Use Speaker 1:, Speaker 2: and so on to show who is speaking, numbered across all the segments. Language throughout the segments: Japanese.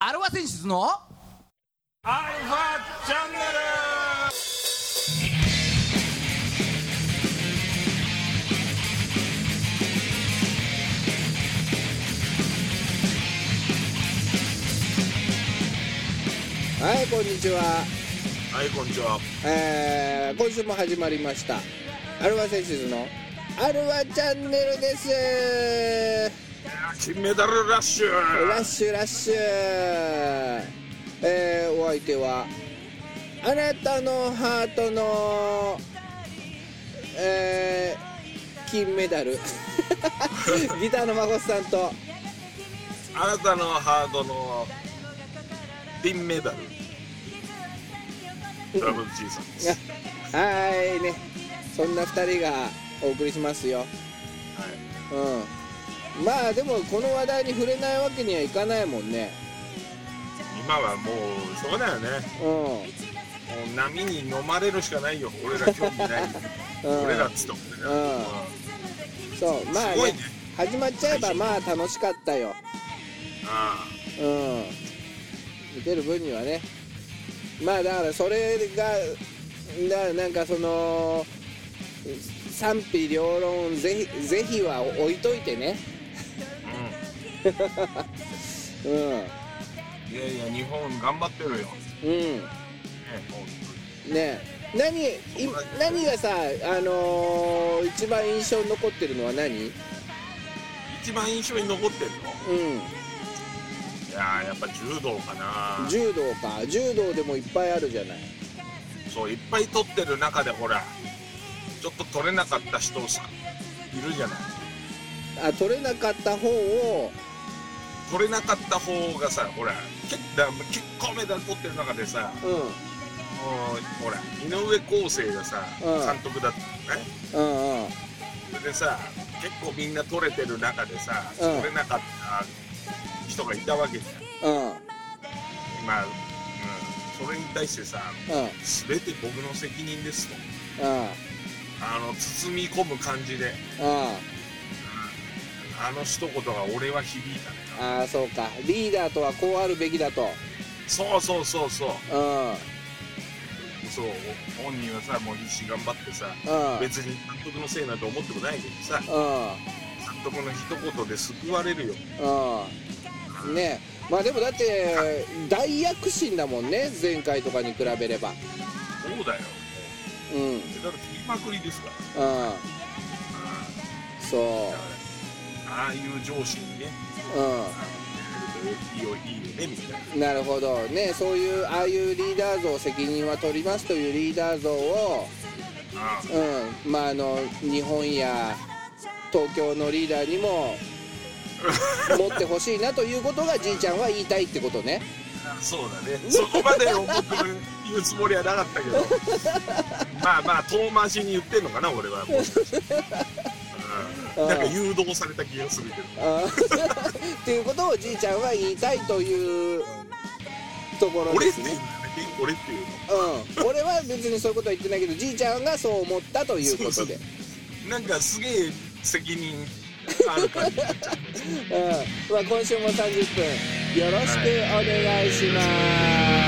Speaker 1: アルファ選出の
Speaker 2: アルファチャンネル
Speaker 3: はいこんにちは、
Speaker 2: はいこんにちは
Speaker 3: えー、今週も始まりましたアルファセンシズのアルファチャンネルです
Speaker 2: 金メダルラッシュ
Speaker 3: ラッシュラッシュえー、お相手はあなたのハートのえー、金メダル ギターの孫さんと
Speaker 2: あなたのハードの銀メダルドラムのじいさんです
Speaker 3: はーいねそんな2人がお送りしますよ
Speaker 2: はい
Speaker 3: うんまあでもこの話題に触れないわけにはいかないもんね
Speaker 2: 今はもうしょうがないよね
Speaker 3: う
Speaker 2: もう波に飲まれるしかないよ俺ら興味ない
Speaker 3: ん、うん、
Speaker 2: 俺らっつってもね
Speaker 3: うんそうまあ
Speaker 2: すごい
Speaker 3: ね
Speaker 2: ね
Speaker 3: 始まっちゃえばまあ楽しかったよ
Speaker 2: あ
Speaker 3: うん見てる分にはねまあだからそれがななんかその賛否両論ぜひぜひは置いといてね
Speaker 2: あう
Speaker 3: うん
Speaker 2: いやいや日本頑張ってるよ、ね、
Speaker 3: うん
Speaker 2: 本
Speaker 3: ねえ何い何がさあのー一番印象に残ってるのは何うん
Speaker 2: 当に一番印象に残ってるのいやーやっぱ柔道かな
Speaker 3: 柔道か柔道でもいっぱいあるじゃない
Speaker 2: そういっぱい取ってる中でほらちょっと取れなかった人さいるじゃない
Speaker 3: あ取れなかった方を
Speaker 2: 取れなかった方がさほら結だ結構メダル取ってる中でさ
Speaker 3: うん
Speaker 2: もうほら井上康生がさ、
Speaker 3: うん
Speaker 2: 監督だったの
Speaker 3: うん
Speaker 2: ね
Speaker 3: うん
Speaker 2: それでさ結構みんな取れてる中でさ、
Speaker 3: うん
Speaker 2: 取れなかった人がいたわけじゃ
Speaker 3: うんうん
Speaker 2: んまあ、うん、それに対してさ全て僕の責任ですと
Speaker 3: うん
Speaker 2: あの包み込む感じで
Speaker 3: うん
Speaker 2: あの一言が俺は響いたね
Speaker 3: ああそうかリーダーとはこうあるべきだと
Speaker 2: そうそうそうそう
Speaker 3: うんうん
Speaker 2: そう本人はさもう必死頑張ってさ
Speaker 3: うん
Speaker 2: 別に監督のせいなんて思ってもないけどさ
Speaker 3: う
Speaker 2: 監督の一言で救われるよ
Speaker 3: んうんねえまあでもだって大躍進だもんね前回とかに比べれば
Speaker 2: そうだよ
Speaker 3: うんうん
Speaker 2: メダル取りまくりですから
Speaker 3: そ
Speaker 2: だからああいう上司にね
Speaker 3: ううん
Speaker 2: いいよいいよねみたいな
Speaker 3: なるほどねそういうああいうリーダー像責任は取りますというリーダー像を、
Speaker 2: あ
Speaker 3: うん、まああの日本や東京のリーダーに も持ってほしいなということがじいちゃんは言いたいってことね
Speaker 2: あそうだねそこまで思って言うつもりはなかったけどまあまあ遠回しに言ってんのかな俺はもしかしてうんなんか誘導された気がするけど
Speaker 3: あーっていうことをじいちゃんは言いたいというところ
Speaker 2: 俺
Speaker 3: で
Speaker 2: って
Speaker 3: す
Speaker 2: 言うん
Speaker 3: ね
Speaker 2: だね俺っていうの
Speaker 3: うん、俺は別にそういうことは言ってないけどじいちゃんがそう思ったということで
Speaker 2: なんかすげえ責任ある感じになっちゃう
Speaker 3: うんまあ、今週も30分よろしくお願いしま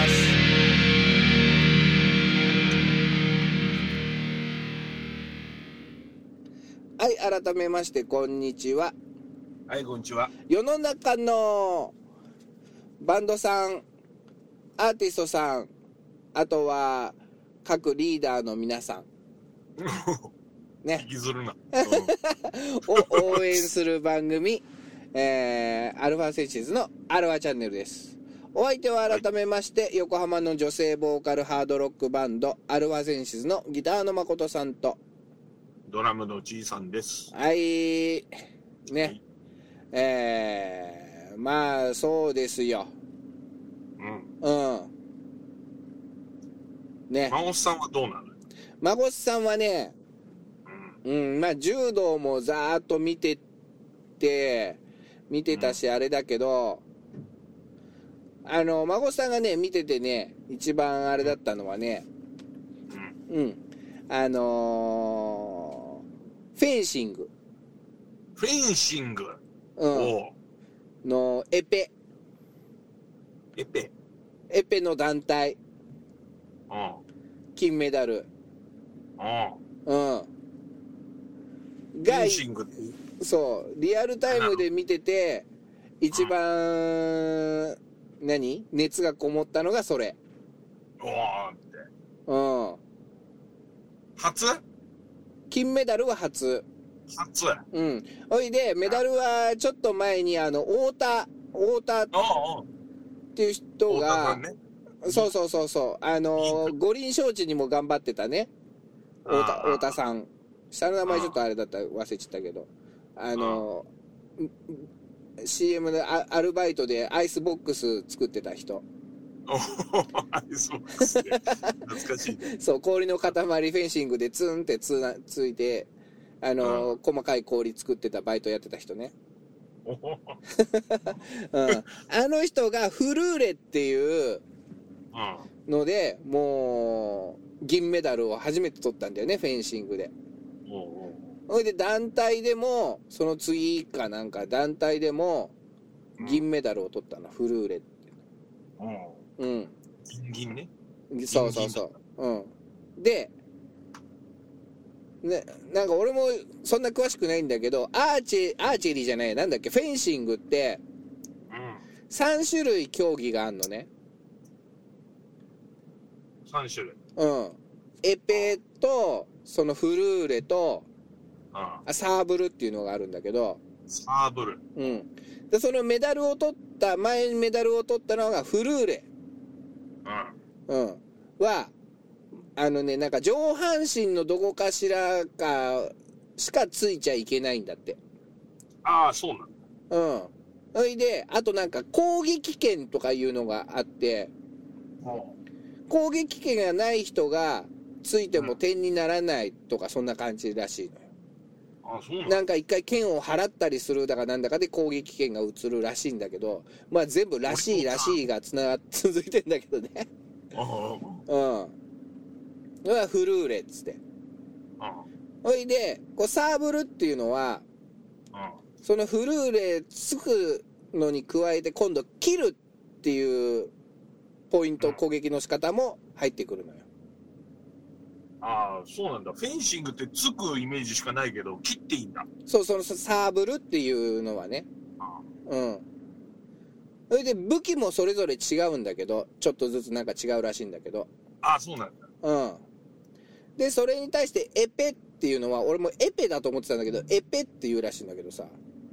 Speaker 3: す、はい、改めまして、こんにちは。
Speaker 2: はいこんにちは
Speaker 3: 世の中のバンドさん、アーティストさん、あとは各リーダーの皆さん、ね
Speaker 2: 引、きずるな、
Speaker 3: を応援する番組、えー、アルファセンシズのアルファチャンネルです。お相手は改めまして、横浜の女性ボーカルハードロックバンド、アルファセンシズのギターの誠さんと、
Speaker 2: ドラムのじいさんです
Speaker 3: はい、
Speaker 2: は
Speaker 3: ね
Speaker 2: い、
Speaker 3: えー、まあ、そうですよ。
Speaker 2: う
Speaker 3: う
Speaker 2: ん
Speaker 3: ん。ね、
Speaker 2: 真帆さんはどうなの
Speaker 3: 孫さんはね、
Speaker 2: うん
Speaker 3: うん、まあ柔道もざーっと見てて、見てたし、あれだけど、あの、孫さんがね、見ててね、一番あれだったのはね、
Speaker 2: うん
Speaker 3: うん、あのーフェンシング、
Speaker 2: フェンシング
Speaker 3: うん、
Speaker 2: を
Speaker 3: のエペ。
Speaker 2: エペ。
Speaker 3: エペの団体、
Speaker 2: うん。
Speaker 3: 金メダル。
Speaker 2: うん。
Speaker 3: うん。
Speaker 2: フ
Speaker 3: が
Speaker 2: ェン、シングっていう。
Speaker 3: そう、リアルタイムで見てて、一番、何熱がこもったのがそれ。
Speaker 2: おーんっ
Speaker 3: う
Speaker 2: て。
Speaker 3: ん。
Speaker 2: 初
Speaker 3: 金メダルは初。
Speaker 2: 初。
Speaker 3: うん。おいで、メダルはちょっと前に、あの、太田、太田っ
Speaker 2: おーおー。
Speaker 3: ていう人
Speaker 2: 太田さ
Speaker 3: が
Speaker 2: ん、ね。
Speaker 3: そうそうそうそう、あの
Speaker 2: いい
Speaker 3: ー、五輪招致にも頑張ってたね。太田、
Speaker 2: うん
Speaker 3: 太田さん。下の名前ちょっとあれだった、忘れちゃったけど。あのー、んん CM でアアルバイトでアイスボックス作ってた人。
Speaker 2: おーアイスボックスで。懐かしいね。
Speaker 3: そう、氷の塊フェンシングでツンってつなついて、あのー、細かい氷作ってたバイトやってた人ね。
Speaker 2: おー
Speaker 3: うん。あの人がフルーレっていう
Speaker 2: うん。
Speaker 3: ので、もう、銀メダルを初めて取ったんだよね、フェンシングで。
Speaker 2: おーおー
Speaker 3: ほいで団体でも、その次かなんか団体でも
Speaker 2: うん
Speaker 3: 銀メダルを取ったの、フルーレ。
Speaker 2: うん。
Speaker 3: うん。
Speaker 2: ギンギンね。
Speaker 3: そうそうそう。うん。で、ね、なんか俺もそんな詳しくないんだけど、アーチ、アーチェリーじゃない、なんだっけ、フェンシングって
Speaker 2: うん。
Speaker 3: 3種類競技があんのね。
Speaker 2: 三種類。
Speaker 3: うん。エペと、そのフルーレと、
Speaker 2: うん。
Speaker 3: あサーブルっていうのがあるんだけど、
Speaker 2: サーブル。
Speaker 3: うん。で、そのメダルを取った、前にメダルを取ったのがフルーレ。
Speaker 2: うん。
Speaker 3: うん。は、あのね、なんか上半身のどこかしらか、しかついちゃいけないんだって。
Speaker 2: ああ、そうなんだ。
Speaker 3: うん。それで、あとなんか攻撃権とかいうのがあって、攻撃権がない人がついても点にならないとか、そんな感じらしいのよ。
Speaker 2: ああ、そうなんだ。
Speaker 3: なんか一回剣を払ったりするだかなんだかで攻撃権が移るらしいんだけど、まあ全部らしいらしいがつながっ 続いてんだけどね。
Speaker 2: ああ、
Speaker 3: うん。だからフルーレっつって。
Speaker 2: あ
Speaker 3: ほいで、こうサーブルっていうのは、
Speaker 2: あ、
Speaker 3: そのフルーレつくのに加えて今度切るっていうポイント攻撃の仕方も入ってくるのよ。
Speaker 2: ああ、そうなんだ。フェンシングってつくイメージしかないけど、切っていいんだ。
Speaker 3: そう、そのサーブルっていうのはね。
Speaker 2: あ
Speaker 3: うん。それで武器もそれぞれ違うんだけど、ちょっとずつなんか違うらしいんだけど。
Speaker 2: あ、ああそうなんだ。
Speaker 3: うん。で、それに対してエペっていうのは、俺もエペだと思ってたんだけど、エペっていうらしいんだけどさ。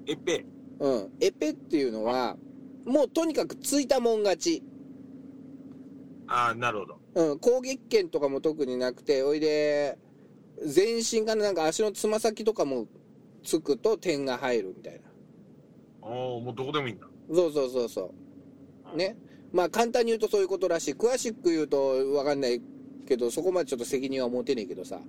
Speaker 2: エペ。
Speaker 3: うん。エペっていうのは、もうとにかくついたもん勝ち。
Speaker 2: ああ、なるほど。
Speaker 3: うん。攻撃権とかも特になくて、おいで、全身がなんか足のつま先とかもつくと点が入るみたいな。
Speaker 2: おお、もうどこでもいいんだ。
Speaker 3: そうそうそうそう。ね。まあ簡単に言うとそういうことらしい。詳しく言うとわかんないけど、そこまでちょっと責任は持てねえけどさ。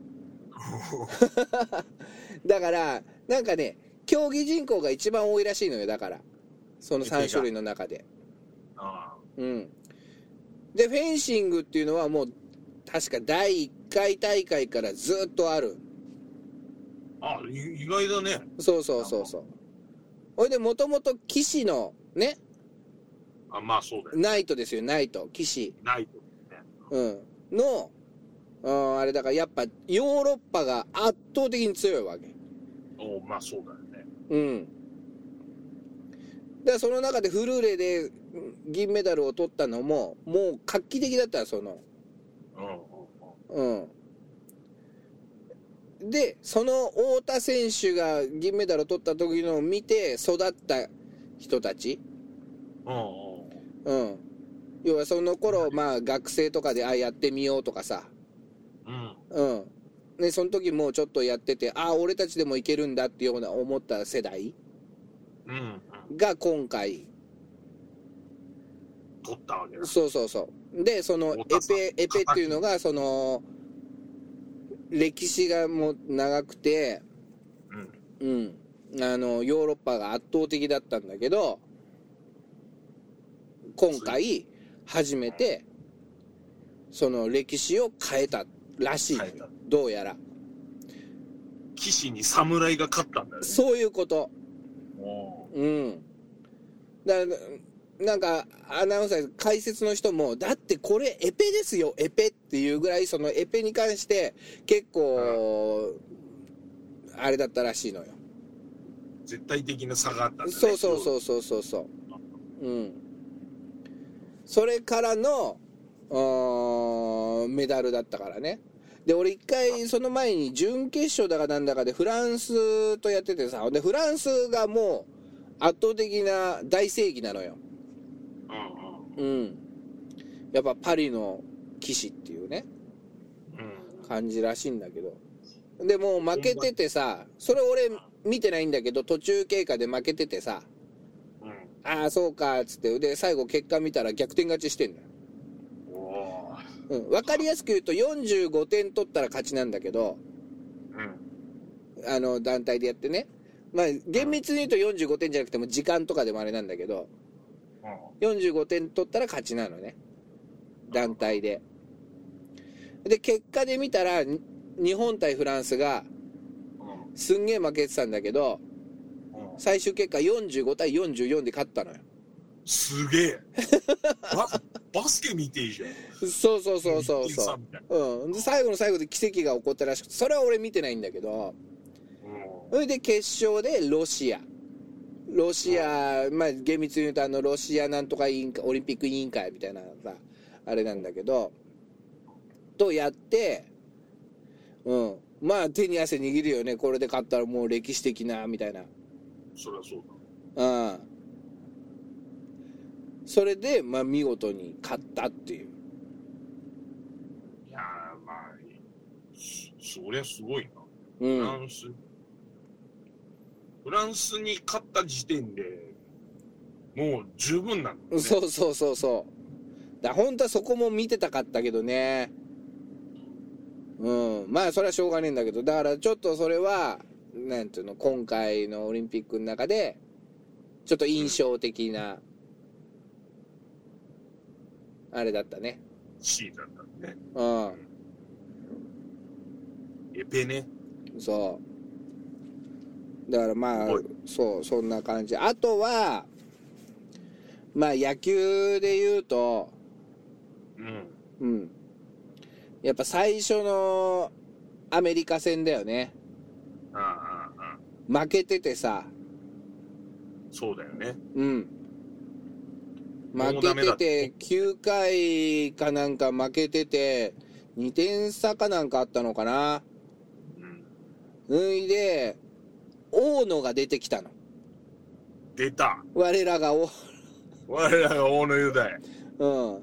Speaker 3: だから、なんかね、競技人口が一番多いらしいのよ、だから。その3種類の中で。
Speaker 2: あ
Speaker 3: うん。で、フェンシングっていうのはもう、確か第1回大会からずっとある。
Speaker 2: あ、ああい意外だね。
Speaker 3: そうそうそうそう。ほいで、もともと騎士の、ね、
Speaker 2: あまあそうだよ。
Speaker 3: ナイトですよ、ナイト、騎士。
Speaker 2: ないと。
Speaker 3: うん。の、うん、あれだからやっぱヨーロッパが圧倒的に強いわけ。
Speaker 2: おお、まあそうだよね。
Speaker 3: うん。だからその中でフルーレでうん銀メダルを取ったのも、もう画期的だったのその。
Speaker 2: うんうん
Speaker 3: うん。で、その太田選手が銀メダルを取った時のを見て育った人たち。
Speaker 2: うん。うんうん。
Speaker 3: うん。要はその頃、まあ学生とかで、あ、やってみようとかさ。
Speaker 2: うん。
Speaker 3: うん。ね、その時もうちょっとやってて、ああ、俺たちでもいけるんだっていうような思った世代
Speaker 2: うんうん。
Speaker 3: が今回、
Speaker 2: 取ったわけだ。
Speaker 3: そうそうそう。で、そのエ
Speaker 2: 太田さん
Speaker 3: ペ、エペっていうのが、その、歴史がもう長くて、
Speaker 2: うん。
Speaker 3: うん。あの、ヨーロッパが圧倒的だったんだけど、今回、初めて、その歴史を変えたらしいのよ
Speaker 2: 変えた。
Speaker 3: どうやら。
Speaker 2: 騎士に侍が勝ったんだよね。
Speaker 3: そういうこと。
Speaker 2: おお。
Speaker 3: うん。だから、なんか、アナウンサー、解説の人も、だってこれエペですよ、エペっていうぐらい、そのエペに関して、結構、あれだったらしいのよ。
Speaker 2: 絶対的な差があったんだね
Speaker 3: そうそうそうそうそうそう。うん。それからの、うーんメダルだったからね。で、俺一回その前に準決勝だかなんだかでフランスとやっててさ、で、フランスがもう圧倒的な大正義なのよ。
Speaker 2: う
Speaker 3: う
Speaker 2: ん
Speaker 3: ん。やっぱパリの騎士っていうね、
Speaker 2: うん
Speaker 3: 感じらしいんだけど。で、もう負けててさ、それ俺見てないんだけど、途中経過で負けててさ、
Speaker 2: うん
Speaker 3: ああ、そうか、つって、で、最後結果見たら逆転勝ちしてんのよ。
Speaker 2: うんおー
Speaker 3: うん。わかりやすく言うと45点取ったら勝ちなんだけど、
Speaker 2: うん
Speaker 3: あの、団体でやってね。まあ、厳密に言うと45点じゃなくても時間とかでもあれなんだけど、45点取ったら勝ちなのね。団体で。で、結果で見たら、に日本対フランスが、
Speaker 2: うん
Speaker 3: すんげえ負けてたんだけど、
Speaker 2: うんうん
Speaker 3: 最終結果45対44で勝ったのよ。
Speaker 2: すげえババスケ見ていいじゃん
Speaker 3: そうそうそうそう
Speaker 2: 日本
Speaker 3: そ
Speaker 2: さんみたいな
Speaker 3: う。うん。で、最後の最後で奇跡が起こったらしくて、それは俺見てないんだけど、それで決勝でロシア。ロシア、まあ厳密に言うとあのロシアなんとか委員会、オリンピック委員会みたいなさ、あれなんだけど、とやって、うん。まあ手に汗握るよね。これで勝ったらもう歴史的な、みたいな。
Speaker 2: うんそりゃそうだ
Speaker 3: うん。それで、まあ見事に勝ったっていう。
Speaker 2: いやーまあそそりゃすごいな
Speaker 3: う
Speaker 2: フ
Speaker 3: ん。
Speaker 2: ランス、フランスに勝った時点でもう十分なんだね
Speaker 3: そうそうそうそう。だ本当はそこも見てたかったけどね。うん。まあ、それはしょうがねえんだけど、だからちょっとそれは、なんていうの、今回のオリンピックの中で、ちょっと印象的な、あれだったね。
Speaker 2: C だったんでね
Speaker 3: うん。
Speaker 2: エペね
Speaker 3: そう。だからまあ
Speaker 2: はい、
Speaker 3: そう、そんな感じ。あとは、まあ、野球で言うと、
Speaker 2: う
Speaker 3: う
Speaker 2: ん
Speaker 3: ん。やっぱ最初のアメリカ戦だよね。
Speaker 2: ああああああ
Speaker 3: 負けててさ、
Speaker 2: そうだよね
Speaker 3: うん。
Speaker 2: もう
Speaker 3: 負
Speaker 2: ダメだ
Speaker 3: け
Speaker 2: って
Speaker 3: て、
Speaker 2: て
Speaker 3: 9回かなんか負けてて、2点差かなんかあったのかな。
Speaker 2: うん
Speaker 3: うんいで、大野が出てきたの。
Speaker 2: 出た
Speaker 3: 我らがお、
Speaker 2: 我らが大野雄大
Speaker 3: う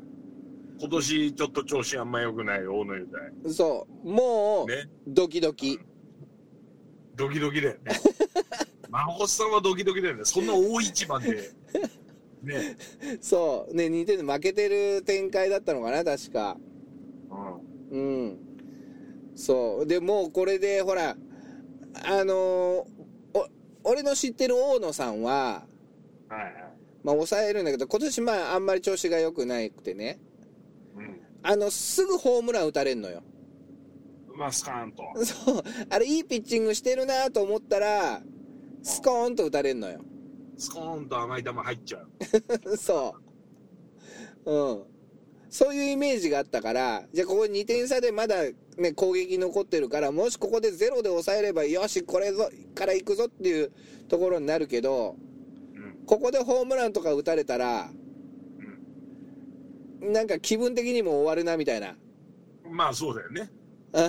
Speaker 2: 今年ちょっと調子あんま良くない大野雄
Speaker 3: ん。そう。も
Speaker 2: 大
Speaker 3: う、
Speaker 2: ね
Speaker 3: ドキドキ。
Speaker 2: ドキドキだよ ね真帆さんはドキドキだよねそんな大一番でね
Speaker 3: そう。ね、2点で負けてる展開だったのかな、確か。
Speaker 2: うん
Speaker 3: うん。そう。で、もうこれで、ほら、あのーお、俺の知ってる大野さんは、
Speaker 2: はいはい
Speaker 3: まあ抑えるんだけど、今年まああんまり調子が良くなくてね、
Speaker 2: うん
Speaker 3: あの、すぐホームラン打たれんのよ。
Speaker 2: まあスカーンと
Speaker 3: そう。あれいいピッチングしてるなと思ったら、スコーンと打たれんのよ。
Speaker 2: スコーンと甘い球入っちゃ う
Speaker 3: そう。うん。そういうイメージがあったから、じゃあここ2点差でまだね、攻撃残ってるから、もしここでゼロで抑えれば、よし、これぞ、から行くぞっていうところになるけど、
Speaker 2: うん
Speaker 3: ここでホームランとか打たれたら、なんか気分的にも終わるなみたいな。
Speaker 2: まあそうだよね
Speaker 3: う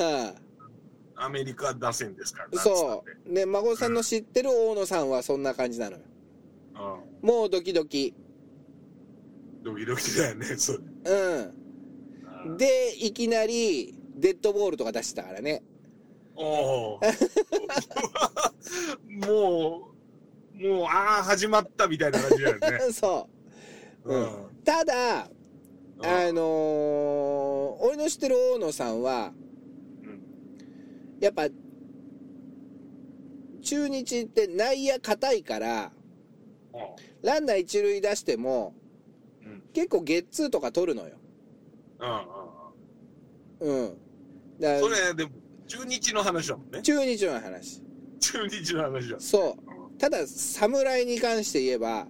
Speaker 2: アメリカ打線ですから
Speaker 3: ん。そう。ね、孫さんの知ってる大野さんはそんな感じなのよ。
Speaker 2: う、う
Speaker 3: もうドキドキ。
Speaker 2: ん、ドキドキだよねそう
Speaker 3: う
Speaker 2: あ
Speaker 3: ん。
Speaker 2: ー
Speaker 3: で、いきなり、デッドボールとか出してたからね。
Speaker 2: おお もうもうああ始まったみたいな感じだよね
Speaker 3: そう うん
Speaker 2: ん、
Speaker 3: う。ただ、
Speaker 2: うん
Speaker 3: あのー俺の知ってる大野さんは、
Speaker 2: うん
Speaker 3: やっぱ、中日って内野硬いから、ランナー一塁出しても、
Speaker 2: うん
Speaker 3: 結構ゲッツーとか取るのよ。
Speaker 2: うんうん
Speaker 3: うん。だ
Speaker 2: そ
Speaker 3: から、
Speaker 2: れでも中日の話だもんね
Speaker 3: 中日の話。
Speaker 2: 中日の話だ
Speaker 3: そうう。ただ、侍に関して言えば、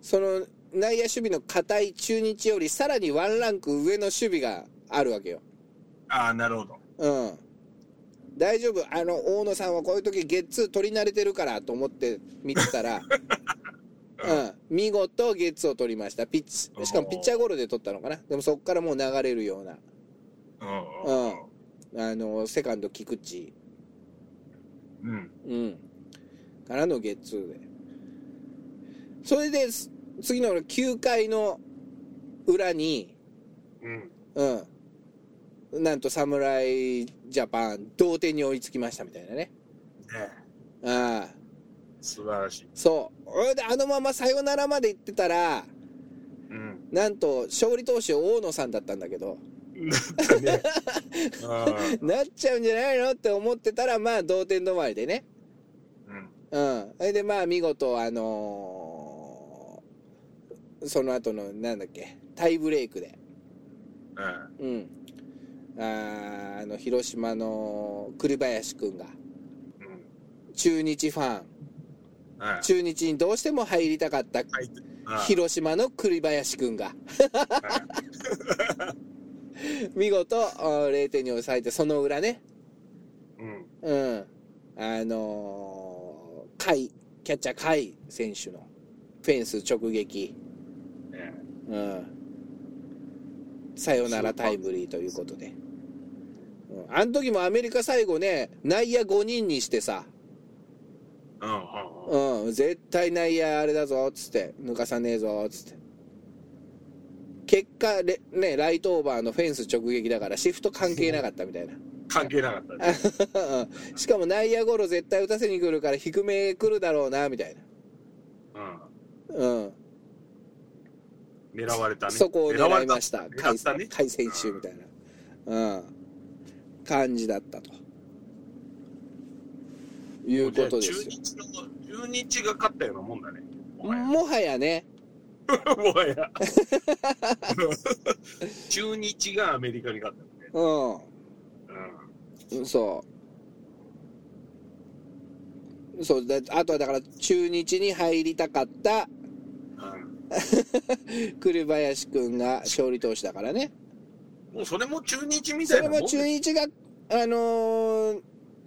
Speaker 3: その、内野守備の堅い中日よりさらにワンランク上の守備があるわけよ。
Speaker 2: ああ、なるほど。
Speaker 3: うん。大丈夫。あの、大野さんはこういう時ゲッツー取り慣れてるからと思って見てたら、うん。見事ゲッツーを取りました。ピッチ。しかもピッチャーゴロで取ったのかな。でもそっからもう流れるような。
Speaker 2: うん。
Speaker 3: あの、セカンド菊池。
Speaker 2: うん。
Speaker 3: うん。からのゲッツーで。それで、す次の9回の裏に、
Speaker 2: うん。
Speaker 3: うん。なんと侍ジャパン、同点に追いつきましたみたいなね。
Speaker 2: ね
Speaker 3: ああ、
Speaker 2: 素晴らしい。
Speaker 3: そう。それで、あのままさよならまで行ってたら、
Speaker 2: うん。
Speaker 3: なんと、勝利投手大野さんだったんだけど、
Speaker 2: なったね。あー
Speaker 3: なっちゃうんじゃないのって思ってたら、まあ、同点止まりでね。
Speaker 2: うん。
Speaker 3: うん。それで、まあ、見事、あのーその後の、なんだっけ、タイブレイクで、
Speaker 2: うん
Speaker 3: うん。あーあの、広島の栗林くんが、
Speaker 2: うん。
Speaker 3: 中日ファン、
Speaker 2: はい。
Speaker 3: 中日にどうしても入りたかった、
Speaker 2: はい。あー
Speaker 3: 広島の栗林くんが、
Speaker 2: はい
Speaker 3: 見事、あー0点に抑えて、その裏ね、
Speaker 2: うん。
Speaker 3: うん。あのー、甲斐、キャッチャー甲斐選手のフェンス直撃。
Speaker 2: ね
Speaker 3: うん。さよならタイムリーということで。うん、あの時もアメリカ最後ね、内野5人にしてさ、
Speaker 2: うん。うんうん
Speaker 3: うん、絶対内野あれだぞ、つって、抜かさねえぞ、つって。結果、レね、ライトオーバーのフェンス直撃だから、シフト関係なかったみたいな。
Speaker 2: 関係なかったね。
Speaker 3: うんしかも内野ゴロ絶対打たせに来るから低め来るだろうなみたいな、
Speaker 2: う
Speaker 3: う
Speaker 2: ん。
Speaker 3: ん
Speaker 2: 狙われたね。
Speaker 3: そこを狙いました
Speaker 2: 狙われた狙ったね。
Speaker 3: 海選手みたいな、うん、感じだったということですよ
Speaker 2: 中日の、中日が勝ったようなもんだね。もはや
Speaker 3: もはやね
Speaker 2: もはや。 中日がアメリカに勝ったんで。
Speaker 3: う
Speaker 2: うん
Speaker 3: そうそうだあとはだから中日に入りたかった
Speaker 2: ん。うん。
Speaker 3: 栗林君が勝利投手だからね
Speaker 2: もうそれも中日みた
Speaker 3: そ
Speaker 2: い
Speaker 3: れ
Speaker 2: なもん
Speaker 3: も
Speaker 2: だ
Speaker 3: 中
Speaker 2: よ。
Speaker 3: 日が、あのー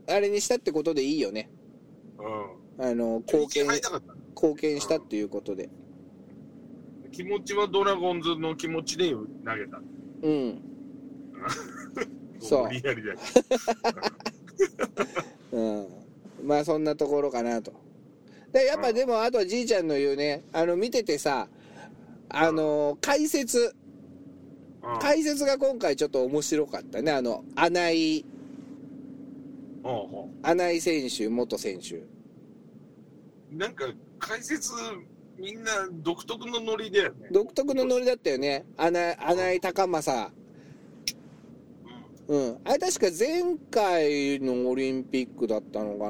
Speaker 3: あれにしたってことでいいよね。
Speaker 2: うん。
Speaker 3: あのー貢
Speaker 2: 貢献
Speaker 3: 献、
Speaker 2: 入りたかった。
Speaker 3: 貢献したっていうことで。
Speaker 2: 気持ちはドラゴンズの気持ちで投げた。
Speaker 3: うん。そう
Speaker 2: リア ルだけ
Speaker 3: うん。まあそんなところかなと。で、やっぱでも、あとはじいちゃんの言うね、あの、見ててさ、あのー解説、
Speaker 2: ど。うん
Speaker 3: 解説が今回ちょっと面白かったね。あの、穴井、
Speaker 2: うんう
Speaker 3: 穴井選手、元選手。
Speaker 2: んなんか解説みんな独特のノリだよね。
Speaker 3: 独特のノリだったよね。穴、穴井高政。うん。あれ確か前回のオリンピックだったのか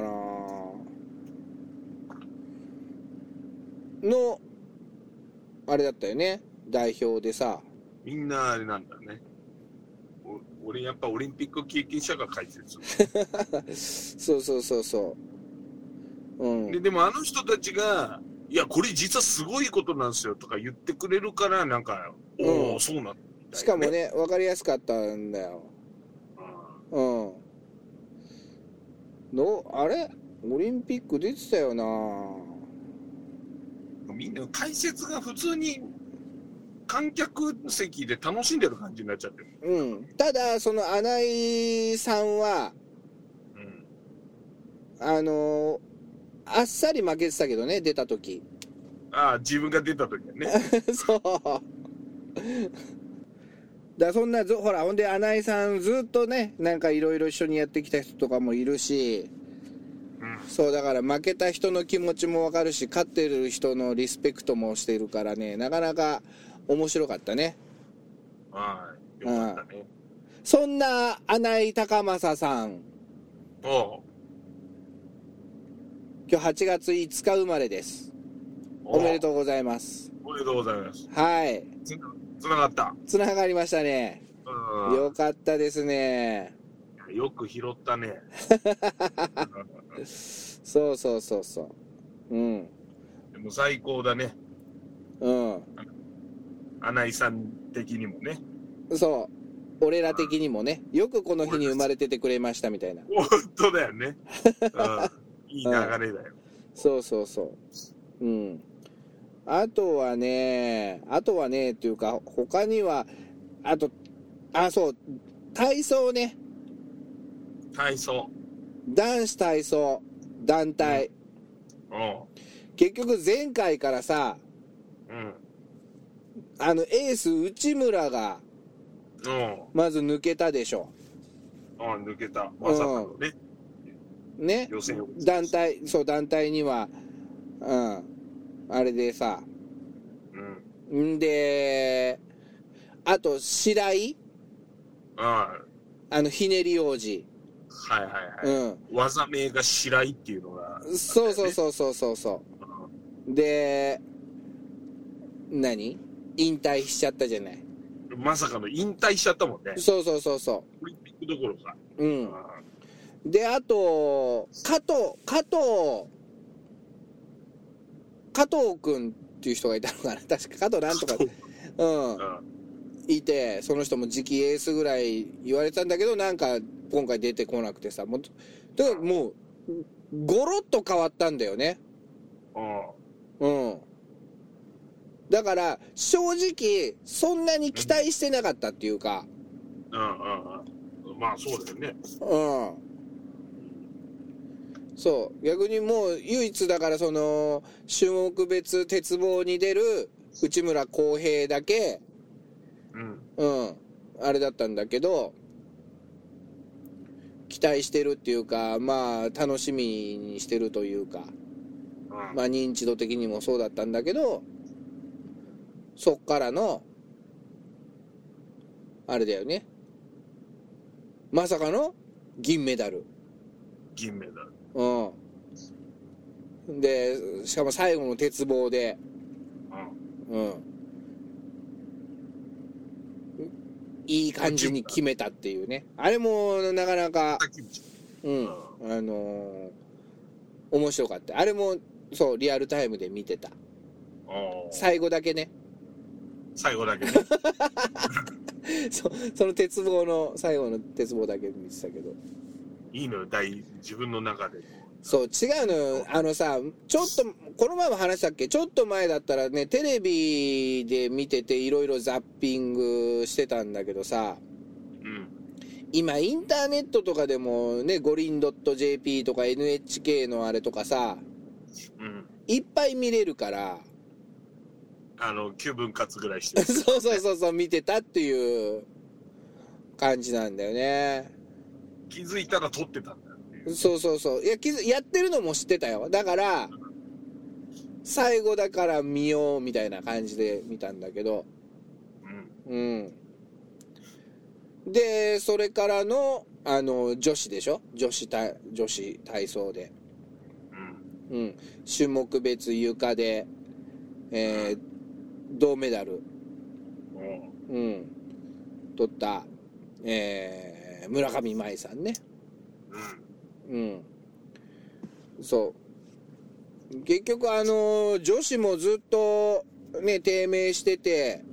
Speaker 3: なの、あれだったよね。代表でさ。
Speaker 2: みんなあれなんだね。お俺やっぱオリンピック経験者が解説。
Speaker 3: そうそうそうそう。うん。
Speaker 2: ででもあの人たちが、いや、これ実はすごいことなんですよとか言ってくれるから、なんか、おお、
Speaker 3: うん
Speaker 2: そうなんだ、
Speaker 3: しかも。ね、わかりやすかったんだよ。
Speaker 2: うん
Speaker 3: うん。の、あれオリンピック出てたよな
Speaker 2: みんな解説が普通に観客席で楽しんでる感じになっちゃってる。
Speaker 3: うん。ただ、その穴井さんは、
Speaker 2: うん。
Speaker 3: あのーあっさり負けてたけどね、出た時。
Speaker 2: ああ、自分が出た時はね。
Speaker 3: そう。だそんなぞ、ほら、ほんで、穴井さんずっとね、なんかいろいろ一緒にやってきた人とかもいるし、
Speaker 2: うん
Speaker 3: そう、だから負けた人の気持ちもわかるし、勝ってる人のリスペクトもしてるからね、なかなか面白かったね。
Speaker 2: はい。よかったね。
Speaker 3: そんな穴井隆正さん、
Speaker 2: おう
Speaker 3: 今日8月5日生まれです。
Speaker 2: お
Speaker 3: おめで
Speaker 2: う。
Speaker 3: とうございます。
Speaker 2: おめでとうございます。
Speaker 3: はい。
Speaker 2: つつながった。
Speaker 3: つながりましたね。
Speaker 2: うん
Speaker 3: よかったですね。
Speaker 2: よく拾ったね。
Speaker 3: そうそうそうそう。うん。
Speaker 2: でも最高だね。
Speaker 3: うう
Speaker 2: 穴井さん的にもね。
Speaker 3: ん。そう。俺ら的にもね、よくこの日に生まれててくれましたみたいな。
Speaker 2: 本当だよね。うん、いい流れだよ。
Speaker 3: そうそうそう。うん。あとはね、あとはね、っていうか、他には、あと、あ、そう、体操ね。
Speaker 2: 体操。
Speaker 3: 男子体操、団体。
Speaker 2: お
Speaker 3: 結局前回からさ、
Speaker 2: ううん。
Speaker 3: あの、エース内村が、
Speaker 2: お
Speaker 3: まず抜けたでしょ。
Speaker 2: うあ抜けた。まさかのね、
Speaker 3: ね。
Speaker 2: 予選を。
Speaker 3: 団体、そう、団体には、うん。あれでさ。
Speaker 2: うん。
Speaker 3: んで、あと、白井
Speaker 2: あ
Speaker 3: あの、ひねり王子。
Speaker 2: はいはいうはい。
Speaker 3: ん。
Speaker 2: 技名が白井っていうのが、
Speaker 3: そうそうそうそうそうそう。で、何引退しちゃったじゃない。
Speaker 2: まさかの引退しちゃったもんね。
Speaker 3: そうそうそうそ
Speaker 2: オリンピックどころか。
Speaker 3: う。う
Speaker 2: うん
Speaker 3: ん。で、あと、加藤、加藤、加藤くんっていう人がいたのかな。確か加藤なんとか、うん。いて、その人も次期エースぐらい言われてたんだけど、なんか今回出てこなくてさ、もう、ととにかくもう、ゴロッと変わったんだよね。
Speaker 2: うん。
Speaker 3: うん。だから、正直、そんなに期待してなかったっていうか、
Speaker 2: うんうんうん。まあそうだよね。
Speaker 3: うん。そう。逆にもう、唯一だからその、種目別鉄棒に出る内村航平だけ、
Speaker 2: う
Speaker 3: う
Speaker 2: ん。
Speaker 3: ん、あれだったんだけど、期待してるっていうか、まあ、楽しみにしてるというか、
Speaker 2: うん。
Speaker 3: まあ、認知度的にもそうだったんだけど、そっからの、あれだよね。まさかの銀メダル。
Speaker 2: 銀メダル。
Speaker 3: うん。で、しかも最後の鉄棒で、
Speaker 2: う
Speaker 3: う
Speaker 2: ん。
Speaker 3: ん。いい感じに決めたっていうね。あれも、なかなか、
Speaker 2: さっきも
Speaker 3: うん。あのー面白かった。あれも、そう、リアルタイムで見てた。
Speaker 2: あー
Speaker 3: 最後だけね。
Speaker 2: 最後だけね。
Speaker 3: そその鉄棒の、最後の鉄棒だけ見てたけど。
Speaker 2: いいのよ、大、自分の中で。
Speaker 3: そう、違うのよ。あのさ、ちょっと、この前も話したっけちょっと前だったらね、テレビで見てていろいろザッピングしてたんだけどさ、
Speaker 2: うん。
Speaker 3: 今インターネットとかでもね、五輪 .jp とか NHK のあれとかさ、
Speaker 2: うん。
Speaker 3: いっぱい見れるから、
Speaker 2: あの、9分割ぐらいしてる。
Speaker 3: そうそうそうそう、見てたっていう感じなんだよね。
Speaker 2: 気づいたら撮ってたんだよっていう。
Speaker 3: そうそうそう。いや、気づやってるのも知ってたよ。だから、最後だから見ようみたいな感じで見たんだけど、
Speaker 2: うん。
Speaker 3: うん。で、それからの、あの、女子でしょ女子体、女子体操で。
Speaker 2: うん。
Speaker 3: うん、種目別床で、えー銅メダル、
Speaker 2: おう
Speaker 3: うん、取った、えー村上舞さんね、
Speaker 2: うん。
Speaker 3: うん、そう結局あのー女子もずっとね低迷してて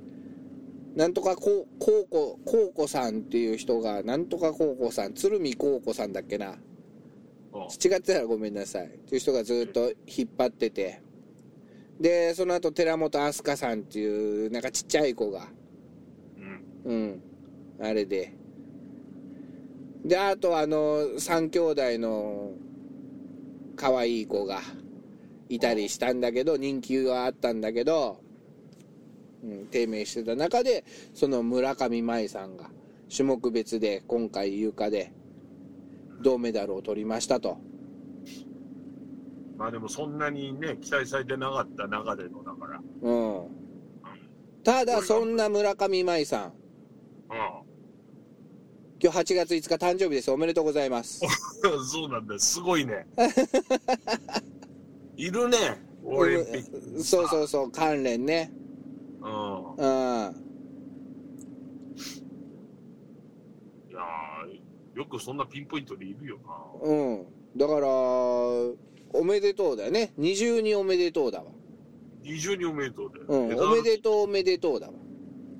Speaker 3: なんとかこうこうここうこさんっていう人がなんとかこうこさん鶴見こうこさんだっけな
Speaker 2: おう
Speaker 3: 違ってたらごめんなさいっていう人がずっと引っ張っててでその後寺本飛鳥さんっていうなんかちっちゃい子が
Speaker 2: うん。
Speaker 3: うんあれでであとあの3兄弟の可愛い子がいたりしたんだけど人気はあったんだけど、うん、低迷してた中でその村上舞さんが種目別で今回床で銅メダルを取りましたと。
Speaker 2: まあでもそんなにね、期待されてなかった中での、だから。
Speaker 3: うん。ただ、そんな村上舞さん、今日8月5日誕生日です。おめでとうございます。
Speaker 2: うん。 そうなんだよ。すご いね。いるね。オリンピック。
Speaker 3: そうそうそう、関連ね。
Speaker 2: うん。
Speaker 3: うん。
Speaker 2: いやーよくそんなピンポイントでいるよな。
Speaker 3: うん。だから、おめでとうだよね。二重におめでとうだわ。
Speaker 2: 二重におめでとうだよ。
Speaker 3: うん
Speaker 2: えっと
Speaker 3: おめでとうおめでとうだもん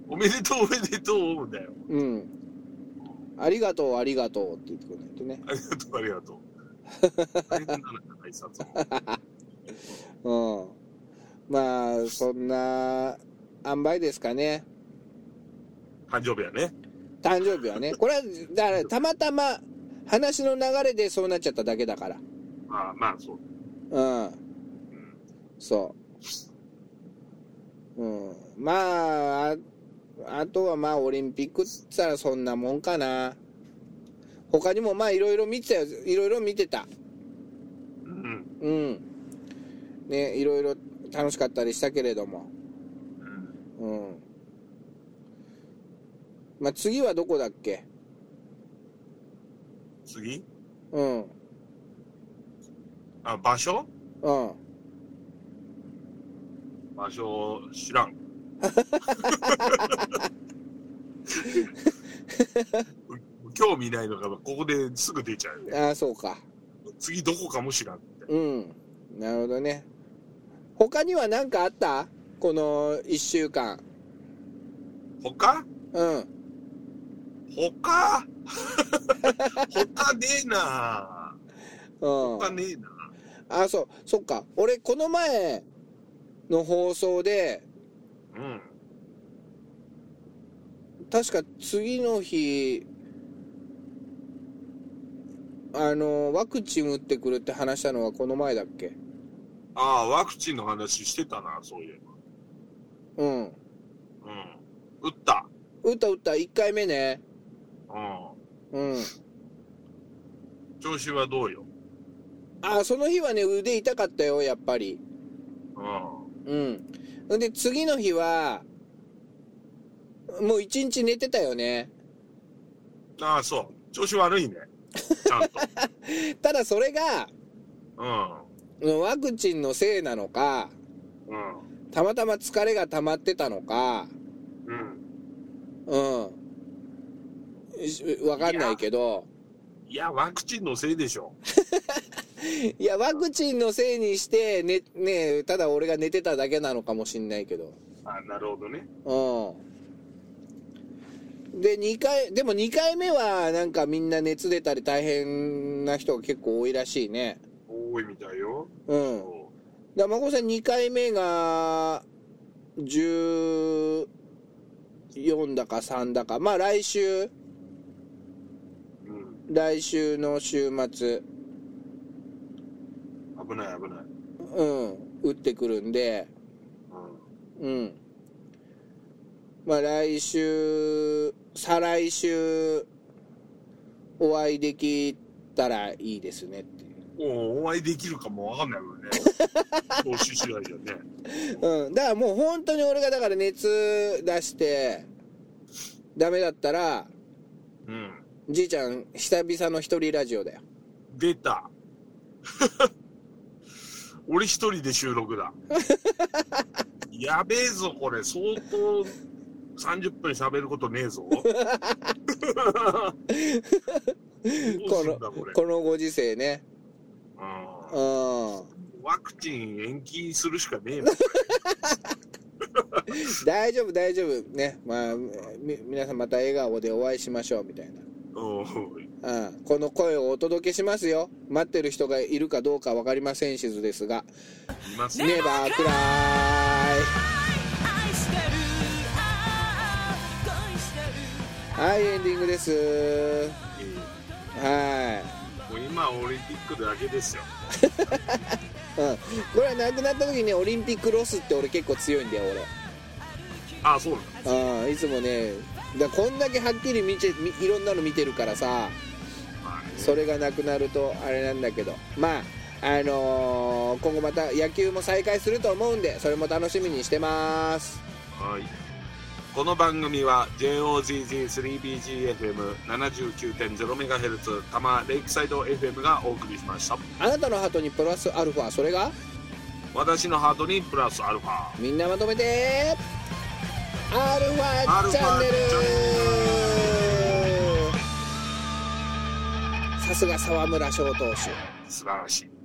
Speaker 2: おめでとうおめでとうだよ。
Speaker 3: うんありがとうありがとうって言ってくれないとね
Speaker 2: ありがとうありがとう。大変だな挨拶
Speaker 3: う
Speaker 2: も
Speaker 3: んまあそんな塩梅ですかね
Speaker 2: 誕生日やね。
Speaker 3: 誕生日はねこれはだからたまたま話の流れでそうなっちゃっただけだから
Speaker 2: まあまあそう。
Speaker 3: うん
Speaker 2: うん
Speaker 3: そう。うん。まあ、ああとはまあオリンピックっつったらそんなもんかな。他にもまあいろいろ見てたよ。いろいろ見てた。
Speaker 2: うん。
Speaker 3: うん。ね、いろいろ楽しかったりしたけれども。
Speaker 2: うん
Speaker 3: うん。まあ次はどこだっけ
Speaker 2: 次
Speaker 3: うん。
Speaker 2: あ、場所
Speaker 3: うん。
Speaker 2: 場所知らん。興味ないのがここですぐ出ちゃうよね。
Speaker 3: ああ、そうか。
Speaker 2: 次どこかも知らんって。
Speaker 3: うん。なるほどね。他には何かあったこの1週間。
Speaker 2: 他
Speaker 3: うん。
Speaker 2: 他他ねえな
Speaker 3: うん。
Speaker 2: 他ねえな
Speaker 3: あ、そう、そっか。俺、この前の放送で、
Speaker 2: うん。
Speaker 3: 確か次の日、あの、ワクチン打ってくるって話したのはこの前だっけ
Speaker 2: ああ、ワクチンの話してたな、そういえ
Speaker 3: うん。
Speaker 2: ば。うん。打った。
Speaker 3: 打った打った、1回目ね。
Speaker 2: う
Speaker 3: うん。
Speaker 2: ん。調子はどうよ。
Speaker 3: あ、その日はね、腕痛かったよ、やっぱり。
Speaker 2: うん。
Speaker 3: うん。んで、次の日は、もう1日寝てたよね。
Speaker 2: ああ、そう。調子悪いね。ちゃんと。
Speaker 3: ただそれが、
Speaker 2: うん。
Speaker 3: ワクチンのせいなのか、
Speaker 2: うん。
Speaker 3: たまたま疲れが溜まってたのか、
Speaker 2: うん。
Speaker 3: うん。しわかんないけど。
Speaker 2: いや、ワクチンのせいでしょ。
Speaker 3: いや、ワクチンのせいにして、ね、ね、ただ俺が寝てただけなのかもしんないけど。
Speaker 2: あなるほどね。
Speaker 3: うん。で、2回、でも2回目はなんかみんな熱出たり大変な人が結構多いらしいね。
Speaker 2: 多いみたいよ。
Speaker 3: うん。だか
Speaker 2: そ
Speaker 3: ら、まこさん2回目が、14だか3だか。まあ来週、
Speaker 2: う。うん。
Speaker 3: 来週の週末。
Speaker 2: 危ない危ない。
Speaker 3: うん、打ってくるんで、うん。まあ来週、再来週、お会いできたらいいですねっていう。
Speaker 2: うん。おお会いできるかもわかんないもんね。投資次第じゃね。
Speaker 3: うん、だからもう本当に俺がだから熱出して、ダメだったら、
Speaker 2: うん。
Speaker 3: じいちゃん、久々の一人ラジオだよ。
Speaker 2: 出た。 俺一人で収録 だ。やべえぞ、これ。相当30分喋ることね えぞ。どうすんだ、これ。
Speaker 3: このご時世ね。
Speaker 2: うん
Speaker 3: うん。
Speaker 2: ワクチン延期するしかね えもん。
Speaker 3: 大丈夫、大丈夫。ね。まあ、み、皆さんまた笑顔でお会いしましょう、みたいな。
Speaker 2: うん
Speaker 3: うん、この声をお届けしますよ待ってる人がいるかどうか分かりませんしずですが
Speaker 2: いま
Speaker 3: 「
Speaker 2: すね。
Speaker 3: ネバークラ
Speaker 1: 愛してるああ恋してる
Speaker 3: イ」はいエンディングですは
Speaker 2: もう今はオリンピックだけですよ。
Speaker 3: い、うん、これはなくなった時にねオリンピックロスって俺結構強いんだよ
Speaker 2: あ、そうなんだ。
Speaker 3: 俺、うん、いつもねだこんだけはっきり見てみいろんなの見てるからさ
Speaker 2: まあね
Speaker 3: それがなくなるとあれなんだけどまああのー今後また野球も再開すると思うんでそれも楽しみにしてます
Speaker 2: はい。この番組は JOZZ3BGFM79.0MHz 多摩レイクサイド FM がお送りしました。
Speaker 3: あなたのハートにプラスアルファそれが
Speaker 2: 私のハートにプラスアルファ。
Speaker 3: みんなまとめてアルファチャンネル
Speaker 2: アルファチ
Speaker 3: さすが沢村賞投手
Speaker 2: 素晴らしい。